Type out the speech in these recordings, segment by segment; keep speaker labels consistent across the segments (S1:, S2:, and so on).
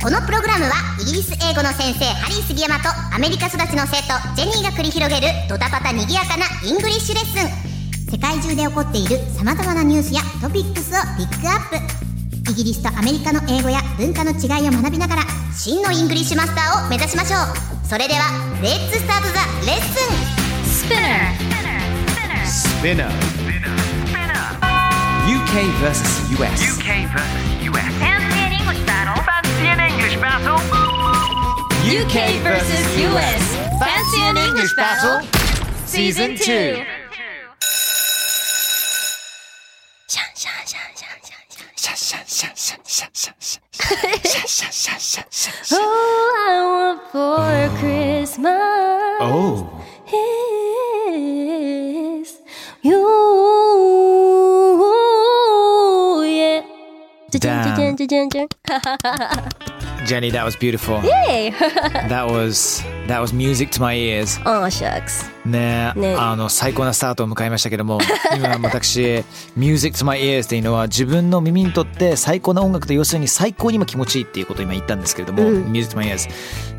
S1: このプログラムはイギリス英語の先生ハリー杉山とアメリカ育ちの生徒ジェニーが繰り広げるドタパタにぎやかなイングリッシュレッスン世界中で起こっている様々なニュースやトピックスをピックアップイギリスとアメリカの英語や文化の違いを学びながら真のイングリッシュマスターを目指しましょうそれではレッツスタートザレッスン
S2: Spinner. UK versus US.
S3: UK versus US. Fancy an English battle. Fancy an English battle. Fancy an English battle.
S2: UK versus US. Season 2.
S3: Oh,
S2: Oh,
S4: じゃじゃじゃ
S2: Damn.
S4: んじゃじゃんじゃん。
S2: Jenny, that was beautiful.
S4: Hey!
S2: That was that was music to my ears.
S4: Oh, shucks.
S2: ね
S4: ね
S2: あの最高なスタートを迎えましたけど も今私 Music to my ears っていうのは自分の耳にとって最高な音楽で要するに最高に今気持ちいいっていうことを今言ったんですけれども、Music to my ears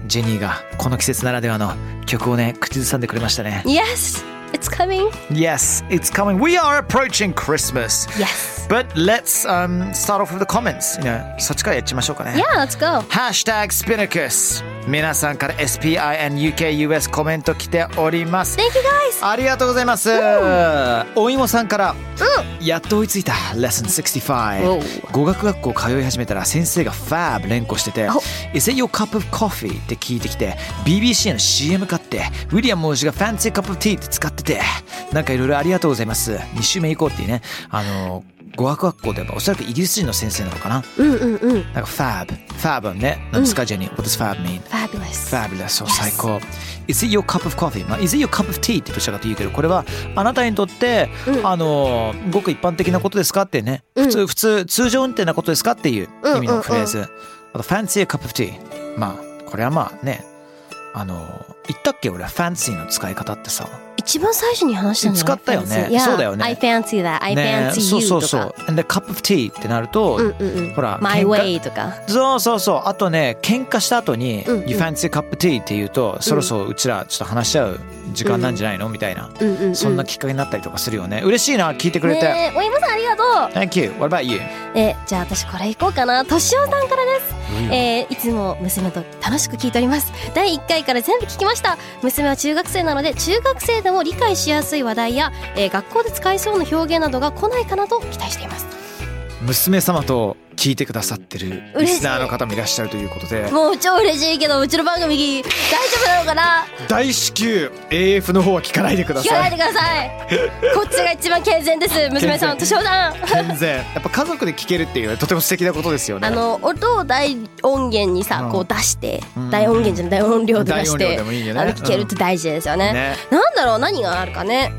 S2: ジェニーがこの季節ならではの曲をね口ずさんでくれましたね
S4: Yes! It's coming!
S2: Yes, it's coming. We are approaching Christmas.
S4: Yes!
S2: But let's um, start off with the comments. You know, そっちからやっちゃいましょうかね。
S4: Yeah, let's go!
S2: Hashtag Spinnacus 皆さんから SPINUKUS コメント来ております
S4: Thank you guys!
S2: ありがとうございます、お芋さんから、やっと追いついたレッスン
S4: おう
S2: 65語学学校通い始めたら先生がファーブ連呼してて
S4: お
S2: 「Is it your cup of coffee?」って聞いてきて BBC の CM 買ってウィリアム王子が「Fancy cup of tea」って使っててなんかいろいろありがとうございます2週目行こうっていうねあの語学学校ではおそらくイギリス人の先生なのかな
S4: うんうんうん。
S2: なんか fab。fab はね、なんですか、ジェニー。What does fab mean?
S4: Fabulous.
S2: fabulous を最高。Is it your cup of coffee? まあ、Is it your cup of tea? ってどちらかと言うけど、これはあなたにとって、
S4: うん
S2: あの、ごく一般的なことですかってね、普通、普通、通常運転なことですかっていう意味のフレーズ。あと、fancy a cup of tea。まあ、これはまあね、あの、言ったっけ俺は fancy の使い方ってさ。
S4: 一番最初に話したんじゃない
S2: 使ったよね
S4: Fancy. Yeah,
S2: そうだよね
S4: I fancy that. I
S2: ね
S4: fancy
S2: そ
S4: you.
S2: うそう
S4: と
S2: そう
S4: か。。
S2: And the cup of tea ってなると、
S4: うんうんうん。
S2: ほら
S4: My
S2: 喧嘩
S4: way とか。
S2: そうそうそうあとね喧嘩した後に「
S4: うんうん
S2: You fancy a cup of tea」って言うと、そろそろうちらちょっと話し合う時間なんじゃないのみたいな、
S4: うんうんうん。
S2: そんなきっかけになったりとかするよね嬉しいな聞いてくれて、
S4: ねえ、おいもさんありがとう
S2: Thank you What about you?
S4: えじゃあ私これいこうかなとしおさんからです、えーいつも娘と楽しく聞いております第1回から全部聞きました娘は中学生なので中学生でも理解しやすい話題や、えー学校で使えそうな表現などが来ないかなと期待してい ます
S2: 娘様と聞いてくださってる
S4: 嬉しい
S2: リスナーの方もいらっしゃるということで
S4: もう超嬉しいけどうちの番組大丈夫なのかな
S2: 大至急 AF の方は聞かないでくだ
S4: 聞かな
S2: さ
S4: いで
S2: い
S4: くださいこっちが一番健 全です娘さんとしおさん
S2: 全然やっぱ家族で聞けるっていうのはとても素敵なことですよね
S4: あの音を大音源にさ、
S2: うん
S4: こう出して、
S2: うん
S4: 大音源じゃない大音量で出し
S2: 大音量
S4: て
S2: でもいいよね
S4: あの聞けるって大事ですよね,、
S2: ね
S4: なんだろう何があるかね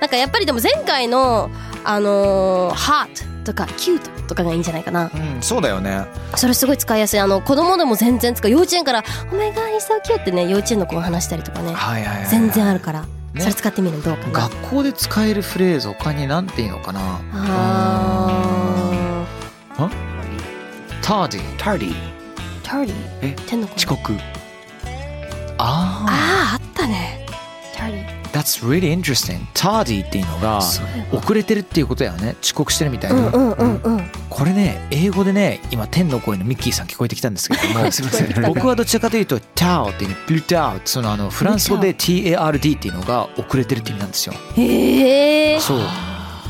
S4: なんかやっぱりでも前回のあのー、ハートとかキュートとかがいいんじゃないかな
S2: うんそうだよね
S4: それすごい使いやすいあの子供でも全然使う幼稚園から「お前がいさキューってね幼稚園の子が話したりとかね
S2: はいはいはい、はい、
S4: 全然あるから、
S2: ね
S4: それ使ってみるのどうかな
S2: 学校で使えるフレーズ他に何て言うのかな
S4: あ
S2: ターディターディ
S4: ーターリ
S2: え
S4: ー天の声
S2: 遅刻あ
S4: あああったねターリー
S2: あ That's really interesting ターディっていうのが
S4: そういえば
S2: 遅れてるっていうことだよね遅刻してるみたい
S4: う
S2: な、
S4: んうんうんうん
S2: これね英語でね今天の声のミッキーさん聞こえてきたんですけ どもすいません僕はどちらかというとタオっていうねプルタオそのあのフランス語で TARD っていうのが遅れてるって意味なんですよ
S4: へえ
S2: そう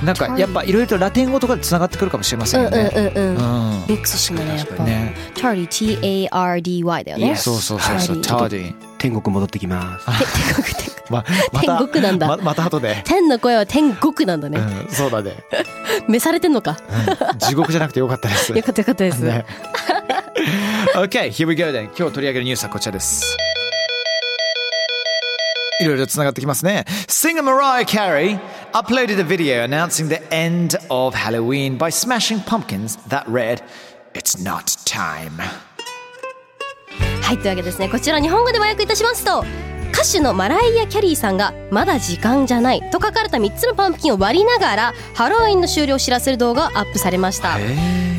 S2: なんかやっぱいろいろとラテン語とかでつながってくるかもしれませ
S4: うんん
S2: よね
S4: うんうん
S2: う
S4: うん
S2: ん、
S4: ミックスしないねやっぱ
S2: ね
S4: ターリー TARDY だよね
S2: そうそうそうそうタ
S4: タ
S2: ー
S4: ー
S2: ディ
S5: 天国戻ってきます。
S4: 天国天国
S2: ままた
S4: 天国なんだ
S2: ままた後で
S4: 天の声は天国なんだ
S2: う
S4: ね、
S2: んそうだね
S4: 召されてんのか
S2: うん地獄じゃなくてよかったです
S4: よかったよかったです、
S2: ね。OK, here we go then. 今日取り上げるニュースはこちらです。いろいろつながってきますね。Singer Mariah Carey uploaded a video announcing the end of Halloween by smashing pumpkins that read, It's not time.
S4: はいというわけですねこちら日本語で和訳いたしますと歌手のマライア・キャリーさんが「まだ時間じゃない」と書かれた3つのパンプキンを割りながらハロウィンの終了を知らせる動画がアップされました、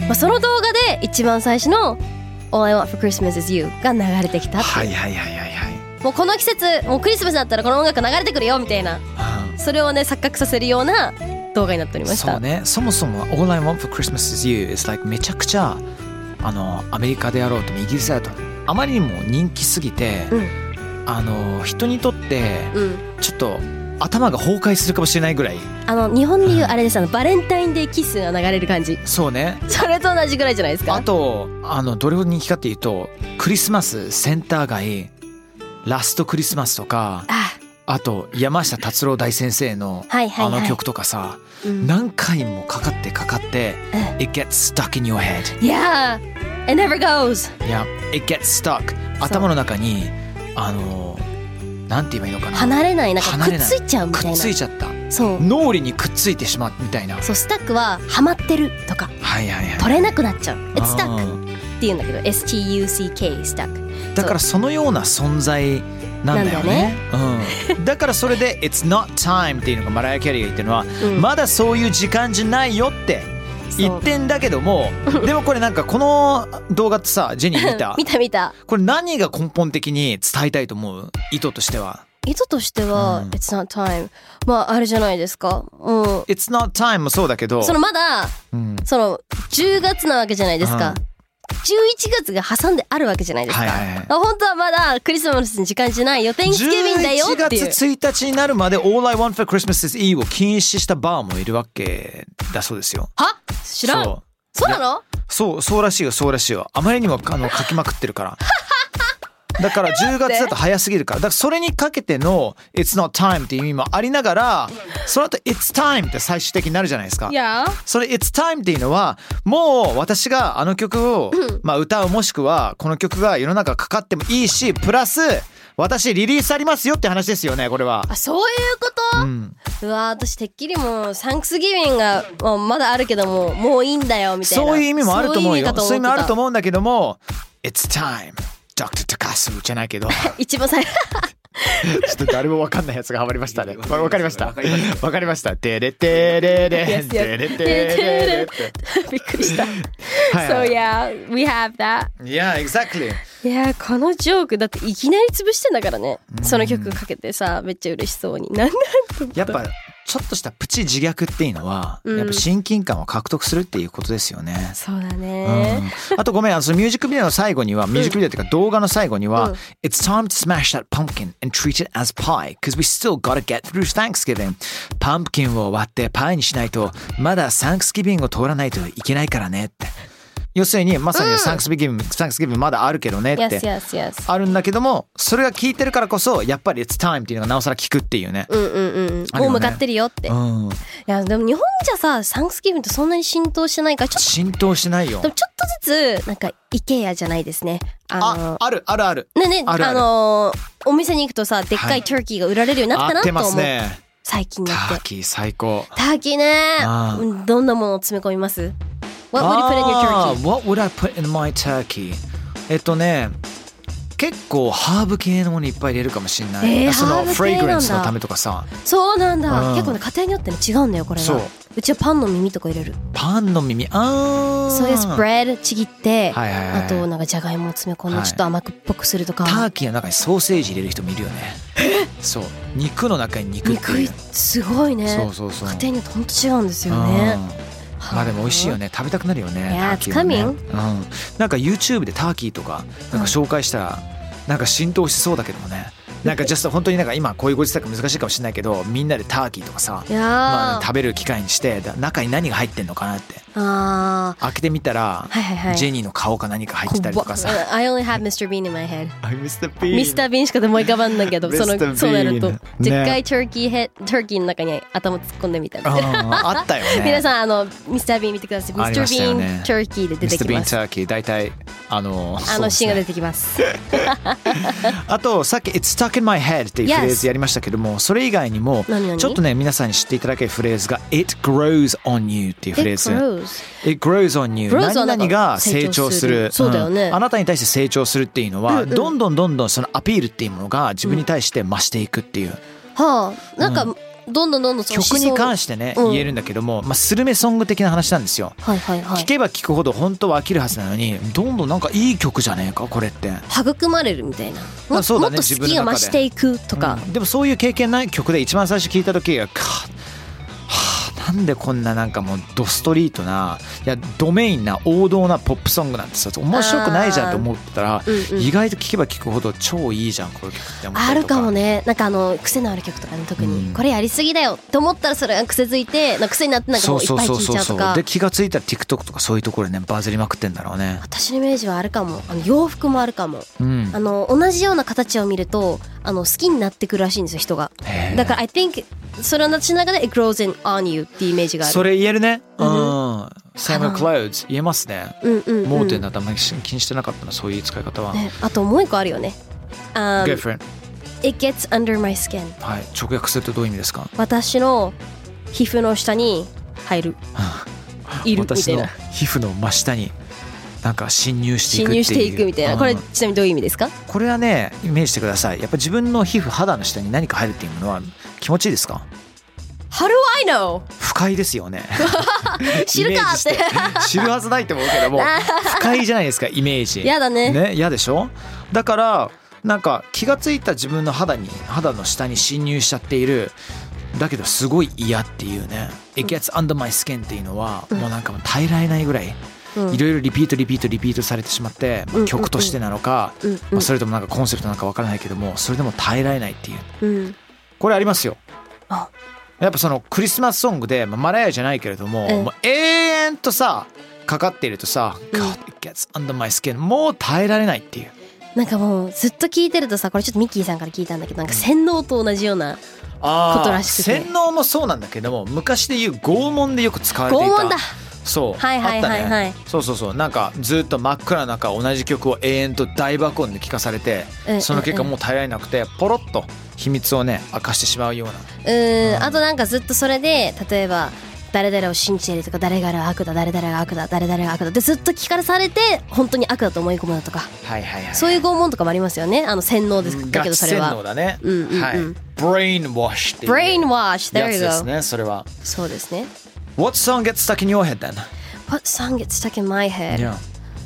S4: まあ、その動画で一番最初の「All I want for Christmas is you」が流れてきたっていう
S2: はいはいはいはいはい。
S4: もうこの季節もうクリスマスだったらこの音楽流れてくるよみたいなそれをね錯覚させるような動画になっておりまし
S2: そう
S4: た、
S2: ね、そもそも All I want for Christmas is you is like めちゃくちゃあのアメリカであろうともイギリスであろうともあまりにも人気すぎて、
S4: うん
S2: あの人にとって
S4: うん、
S2: ちょっと頭が崩壊するかもしれないぐらい
S4: あの日本でいうあれですあのバレンタインデーキッスが流れる感じ
S2: そうね
S4: それと同じぐらいじゃないです
S2: あ
S4: か
S2: とあのどれほど人気かっていうとクリスマスセンター街ラストクリスマスとか
S4: あ
S2: あと山下達郎大先生の
S4: はいはい
S2: あ
S4: はい
S2: の曲とかさ、
S4: うん
S2: 何回もかかってかかって
S4: う
S2: It gets stuck in your head
S4: Yeah It never goes
S2: いや、it gets stuck 頭の中にあのなんて言えばいいのかな
S4: 離れないなんか
S2: 離
S4: く
S2: れ
S4: っ
S2: ない
S4: ついちゃうみ
S2: く
S4: たい
S2: っ
S4: な
S2: ついちゃった
S4: そう
S2: 脳裏にくっついてしまうみたいなはい
S4: そうスタックはハマってるとか
S2: はいはい
S4: 取れなくなっちゃう It's
S2: あ
S4: stuck
S2: ー
S4: っていうんだけど STUCK stuck
S2: だからそのような存在なんだよねうん、だからそれで「It's not time」っていうのがマライア・キャリーが言ってるのは、
S4: うん
S2: まだそういう時間じゃないよって
S4: そう
S2: 言ってんだけどもでもこれなんかこの動画ってさジェニー見た
S4: 見た見た
S2: これ何が根本的に伝えたいと思う意図としては
S4: 意図としては、
S2: うん
S4: It's not time まああれじゃないですかうん
S2: 「It's not time」もそうだけど
S4: そのまだ
S2: うん
S4: その10月なわけじゃないですか、
S2: うん
S4: 11月が挟んであるわけじゃないですか、
S2: はいはいはい
S4: 本当はまだクリスマスの時間じゃないよ Thanksgiving だよっていう
S2: 11月1日になるまで All I want for Christmas is Eve を禁止したバーもいるわけだそうですよ。
S4: は知らん
S2: そう
S4: そうなの
S2: そう、そうらしいよ、そうらしいよ。あまりにもあの書きまくってる から。だから10月だと早すぎるから。だからそれにかけての It's not time っていう意味もありながら、その後 It's time って最終的になるじゃないですか。
S4: や
S2: それ It's time っていうのはもう私があの曲を、まあ、歌うもしくはこの曲が世の中かかってもいいしプラス私リリースありますよって話ですよねこれは。
S4: あそういうこと、う
S2: うん、
S4: わー私てっきりもうサンクスギビングがもうまだあるけどももういいんだよみたいな
S2: そういう意味もあると思うよ。そういう意味あると
S4: う
S2: 思うんだけども「It's time」「Dr. 高須」じゃないけ どちょ
S4: 一番最初
S2: っと誰もわかんないやつがハマりましたね。わわかりました。わかりました。てれてれれんてれてれれん って。
S4: びっくりした
S2: はいはい
S4: So yeah we have that
S2: Yeah, exactly.
S4: いやーこのジョークだっていきなり潰してんだからね、その曲かけてさめっちゃ嬉しそうになんなんと
S2: やっぱちょっとしたプチ自虐っていうのは、
S4: うん
S2: やっぱ親近感を獲得するっていうことですよね。
S4: そうだ
S2: う
S4: ね、
S2: ん、あとごめんあのそのミュージックビデオの最後にはミュージックビデオっていうか動画の最後には、
S4: うん
S2: It's time to smash that pumpkin and treat it as pie because we still gotta get through Thanksgiving パンプキンを割ってパイにしないとまだサンクスギビングを通らないといけないからねって要するにまさにサンクスギビング、サンクスギビングまだあるけどねって
S4: Yes yes yes
S2: あるんだけどもそれが効いてるからこそやっぱり It's time っていうのがなおさら効くっていうね、
S4: うんうんうんうん
S2: あるよね
S4: もう向かってるよって、
S2: う
S4: い
S2: ん、
S4: やでも日本じゃさサンクスギビングってそんなに浸透してないからちょっ
S2: 浸透してないよ
S4: とでもちょっとずつなんか IKEA じゃないですねあの
S2: ああるあるある
S4: ねね
S2: あるある
S4: のーお店に行くとさでっか
S2: はいい
S4: トゥーキーが売られるようになった
S2: 合
S4: な
S2: っ
S4: と
S2: て
S4: 思
S2: ま
S4: う、
S2: すね
S4: 最近に
S2: タ
S4: なっ
S2: ー
S4: て
S2: キー最高
S4: ターキーね
S2: あー
S4: うんどんなものを詰め込みます What would you put in your turkey?
S2: あー What would I put in my turkey? えっとね結構ハーブ系のものいっぱい入れるかもしれない、
S4: えー
S2: そ
S4: ハー
S2: の
S4: ブ系
S2: フレグランス
S4: なん
S2: の
S4: だ
S2: ためとかさ
S4: そうなんだ、
S2: うん
S4: 結構ね家庭によってね違うんだよこれが
S2: そう
S4: ちはパンの耳とか入れる
S2: パンの耳あー
S4: そういうスプレッドちぎって、
S2: はいはいはい
S4: あとなんかじゃがいもを詰め込ん
S2: は
S4: で
S2: い
S4: ちょっと甘くっぽくするとか、
S2: ターキーの中にソーセージ入れる人もいるよねそう肉の中に肉って
S4: 肉
S2: い
S4: いうすごいね
S2: そうそうそう
S4: 家庭によってほんと違うんですよね
S2: うんまあでも美味しいよね食べたくなるよね
S4: Yeah,
S2: ターキーもね
S4: it's
S2: うん、なんか YouTube でターキーとかなんか紹介したらなんか浸透しそうだけどもねなんか just 本当になんか今こういうご自宅難しいかもしれないけどみんなでターキーとかさ
S4: いやー、
S2: まあ、
S4: あ
S2: 食べる機会にしてだ中に何が入ってんのかなって
S4: あ
S2: 開けてみたら、
S4: ーはいはいはい
S2: ジェニーの顔か何か入ってたりとかさ
S4: こわ I only have Mr. Bean in my head
S2: 「Mr. Bean
S4: ミスター・ビンしか思い浮かばんないけど
S2: Mr.
S4: そのそうなると
S2: Bean
S4: でっかいトーキーヘットーキーの中に頭突っ込んでみたいな
S2: うんあったよね
S4: 皆さんあのミスター・ビン見てくださいミ
S2: あ
S4: ス
S2: り
S4: タ
S2: ま
S4: ー・
S2: し
S4: ビ
S2: たよ
S4: ン
S2: ね
S4: トーキーで出てき
S2: Mr. Bean
S4: ます
S2: ターキー大体あの
S4: あのシーンが出
S2: て
S4: てきます
S2: あとさっき「It's stuck stuck in my head っていう
S4: Yes
S2: フレーズやりましたけども、それ以外にも
S4: 何々
S2: ちょっとね皆さんに知っていただけるフレーズが It grows on you っていうフレーズ。It grows on you.
S4: grows は
S2: 何
S4: なんか
S2: 々が成長する。
S4: 成長するそうだよね
S2: んあなたに対して成長するっていうのは、どんどんどんどんそのアピールっていうものが自分に対して増していくっていう。
S4: はあなんかどんどんどんどんその
S2: 曲に関してね、
S4: うん
S2: 言えるんだけども、まあ、スルメソング的な話なんですよ。
S4: はいはいは
S2: 聞
S4: い
S2: けば聞くほど本当は飽きるはずなのに、どんどんなんかいい曲じゃねえかこれって。
S4: 育まれるみたいなも,、
S2: あそう
S4: も
S2: だ
S4: っ
S2: ね
S4: と好きが増していくとか、
S2: うんでもそういう経験ない曲で一番最初聞いた時はかはあなんでこんななんかもうドストリートないやドメインな王道なポップソングなんてさ面白くないじゃんと思ったら、
S4: うんうん
S2: 意外と聴けば聴くほど超いいじゃんこの曲って思った
S4: あ
S2: り
S4: る
S2: とか
S4: かもねなんかあの癖のある曲とかね特に、
S2: うん
S4: これやりすぎだよと思ったらそれが癖づいてなんか癖になってなんか
S2: そ
S4: も
S2: う
S4: ういっ
S2: そう
S4: ぱい
S2: そう
S4: 聴い
S2: そ
S4: ち
S2: う
S4: ゃうと
S2: そう
S4: か
S2: で気が付いたら TikTok とかそういうところでねバズりまくってんだろうね
S4: 私のイメージはあるかもあの洋服もあるかも
S2: うん
S4: あの同じような形を見るとあの好きになってくるらしいんですよ人が
S2: へえ
S4: だから I think それは私の中で It grows in on you っていうイメージがある
S2: それ言えるねう
S4: うんん
S2: Summer Clouds 言えますね
S4: うんうん、うん、
S2: 盲点だったあんまり気にしてなかったなそういう使い方は
S4: ね、あともう一個あるよね Um,
S2: Girlfriend
S4: It gets under my skin
S2: はい直訳するとどういう意味ですか
S4: 私の皮膚の下に入るいるみ
S2: 私
S4: たい
S2: の
S4: な
S2: 皮膚の真下になんか侵入してい
S4: 侵
S2: くっていう
S4: 入していくみたいなこれ
S2: うん
S4: ちなみにどういう意味ですか
S2: これはねイメージしてくださいやっぱ自分の皮膚肌の下に何か入るっていうのは気持ちいいですか
S4: How do I know?
S2: 不快ですよね
S4: 知るかって
S2: イメージして知るはずないって思うけ ども不快じゃないですかイメージ
S4: やだね
S2: ね嫌でしょだからなんか気がついた自分の肌に肌の下に侵入しちゃっているだけどすごい嫌っていうね「It gets under my skin」っていうのは、もうなんかもう耐えられないぐらい
S4: うん
S2: いろいろリピートリピートリピートされてしまって、まあ
S4: うんうん
S2: 曲としてなのか、
S4: うんうん
S2: まあ、それともなんかコンセプトなのかわからないけどもそれでも耐えられないっていう
S4: うん
S2: これありますよ
S4: あ
S2: やっぱそのクリスマスソングで、まあ、マラヤじゃないけれども,、
S4: うん
S2: もう永遠とさかかっているとさ「
S4: うん
S2: God it gets under my skin」もう耐えられないっていう
S4: なんかもうずっと聞いてるとさこれちょっとミッキーさんから聞いたんだけどなんか洗脳と同じような
S2: あ
S4: ことら
S2: ー
S4: しくて
S2: 洗脳もそうなんだけども昔で言う拷問でよく使われてい
S4: 拷
S2: た
S4: 問だ
S2: そう、
S4: はいはいはいはい
S2: あったね、そうそうそうなんかずっと真っ暗な中同じ曲を永遠と大爆音で聴かされて、
S4: うん
S2: その結果もう耐えられなくてポロッと秘密をね明かしてしまうような
S4: うーんあとなんかずっとそれで例えば誰々を信じているとか誰々が悪だ誰々が悪だ誰々が悪だってずっと聞かされて本当に悪だと思い込むだとか
S2: はいはいはい
S4: そういう拷問とかもありますよねあの洗脳ですだ
S2: ガ
S4: け
S2: チ
S4: どそれ
S2: 洗脳
S4: は
S2: だね、
S4: うんうんうん
S2: はいブレインワッシュっていう
S4: ブレインワッシュ
S2: や
S4: there
S2: つ
S4: you
S2: です
S4: go
S2: ねそれは
S4: そうですね
S2: What song gets stuck in your head then?
S4: What song gets stuck in my head? Uh,
S2: Yeah
S4: あー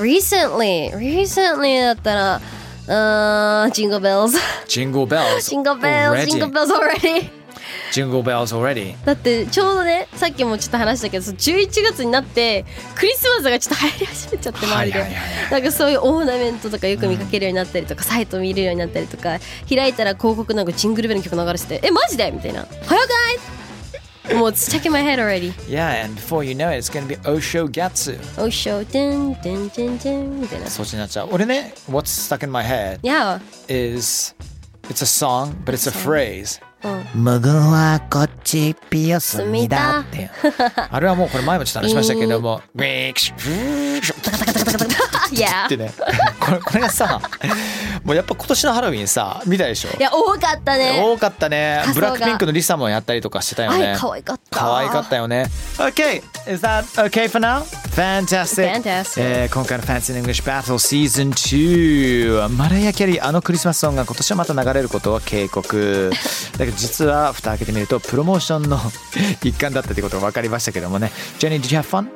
S2: Recently
S4: recently recently だったらうーん Jingle Bells
S2: Jingle bells
S4: Jingle Bells
S2: already.
S4: Jingle Bells already
S2: Jingle bells already
S4: だってちょうどねさっきもちょっと話したけどその11月になってクリスマスがちょっと流行り始めちゃって周りで
S2: はいはいはい
S4: なんかそういうオーナメントとかよく見かけるようになったりとか、サイト見るようになったりとか開いたら広告なんかジングルベルの曲流れてて「えマジで?」みたいな「早くない?」もう「It's checking my head already」
S2: Yeah and before you know it it's gonna be Osho Gatsu
S4: 「おいしょてんてんてんてん」みたいな「
S2: そっちになっちゃう俺ね What's stuck in my head
S4: いや
S2: is It's a song but it's a phrase
S4: うん
S2: 無言はこっちピアス
S4: みだって
S2: あれはもうこれ前もちょっと話しましたけどもウィークシュウィークシュ
S4: いや
S2: ってね これこれがさもうやっぱ今年のハロウィンさ見たでしょ
S4: いや多かったね
S2: 多かったね
S4: 仮
S2: ブ
S4: 装が
S2: ラックピンクのリサもやったりとかしてたよ
S4: あ
S2: ね
S4: れ可愛かった
S2: 可愛かったよね OK is that okay for now? Fantastic,
S4: Fantastic
S2: えー今回の Fancy in English Battle Season 2マライア・キャリーあのクリスマスソングが今年はまた流れることを警 告だけど実は蓋開けてみるとプロモーションの 一環だったということが分かりましたけどもね Jenny did you have fun?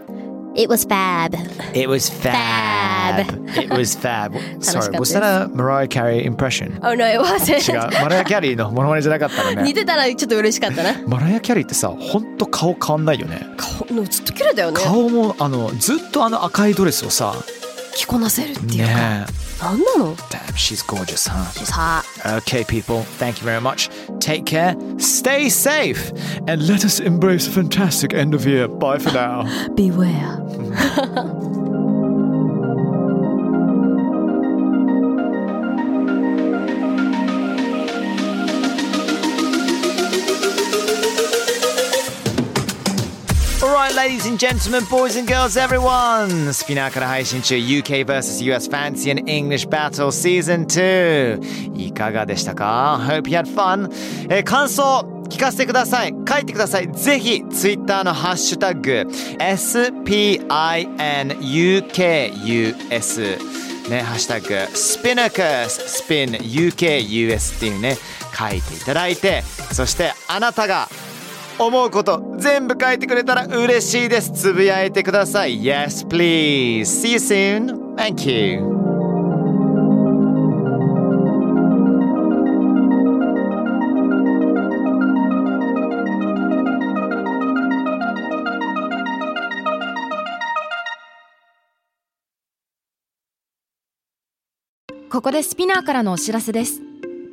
S4: It was fab
S2: It was fab.
S4: Fab.
S2: It was fab.
S4: しかった
S2: Sorry,
S4: です
S2: was that a Mariah Carey impression?
S4: Oh no
S2: 違
S4: it
S2: う
S4: wasn't、
S2: マライア・キャリーのモノマネじゃなかったの ね。
S4: 似てたらちょっと嬉しかったな
S2: マライア・キャリーってさ、ほんと顔変わんないよね。
S4: 顔のずっと綺麗だよね
S2: 顔もあのずっとあの赤いドレスをさ、
S4: 着こなせるっていうか、
S2: ねえ。
S4: なんなの
S2: Damn, she's gorgeous, huh?
S4: さあ
S2: Okay, people, thank you very much. Take care, stay safe, and let us embrace a fantastic end of year. Bye for now.
S4: Beware
S2: Alright, Ladies and gentlemen, boys and girls, everyone! スピナーから配信中 UK vs.US Fancy and English Battle Season 2! いかがでしたか ?Hope you had fun! えー感想聞かせてください書いてくださいぜひ Twitter のハッシュタグ SPINUKUS ね、ハッシュタグスピナカススピン UKUS っていうね書いていただいてそしてあなたが思うこと全部書いてくれたら嬉しいですつぶやいてください Yes please See you soon Thank you
S6: Podcast ここでスピナーからのお知らせです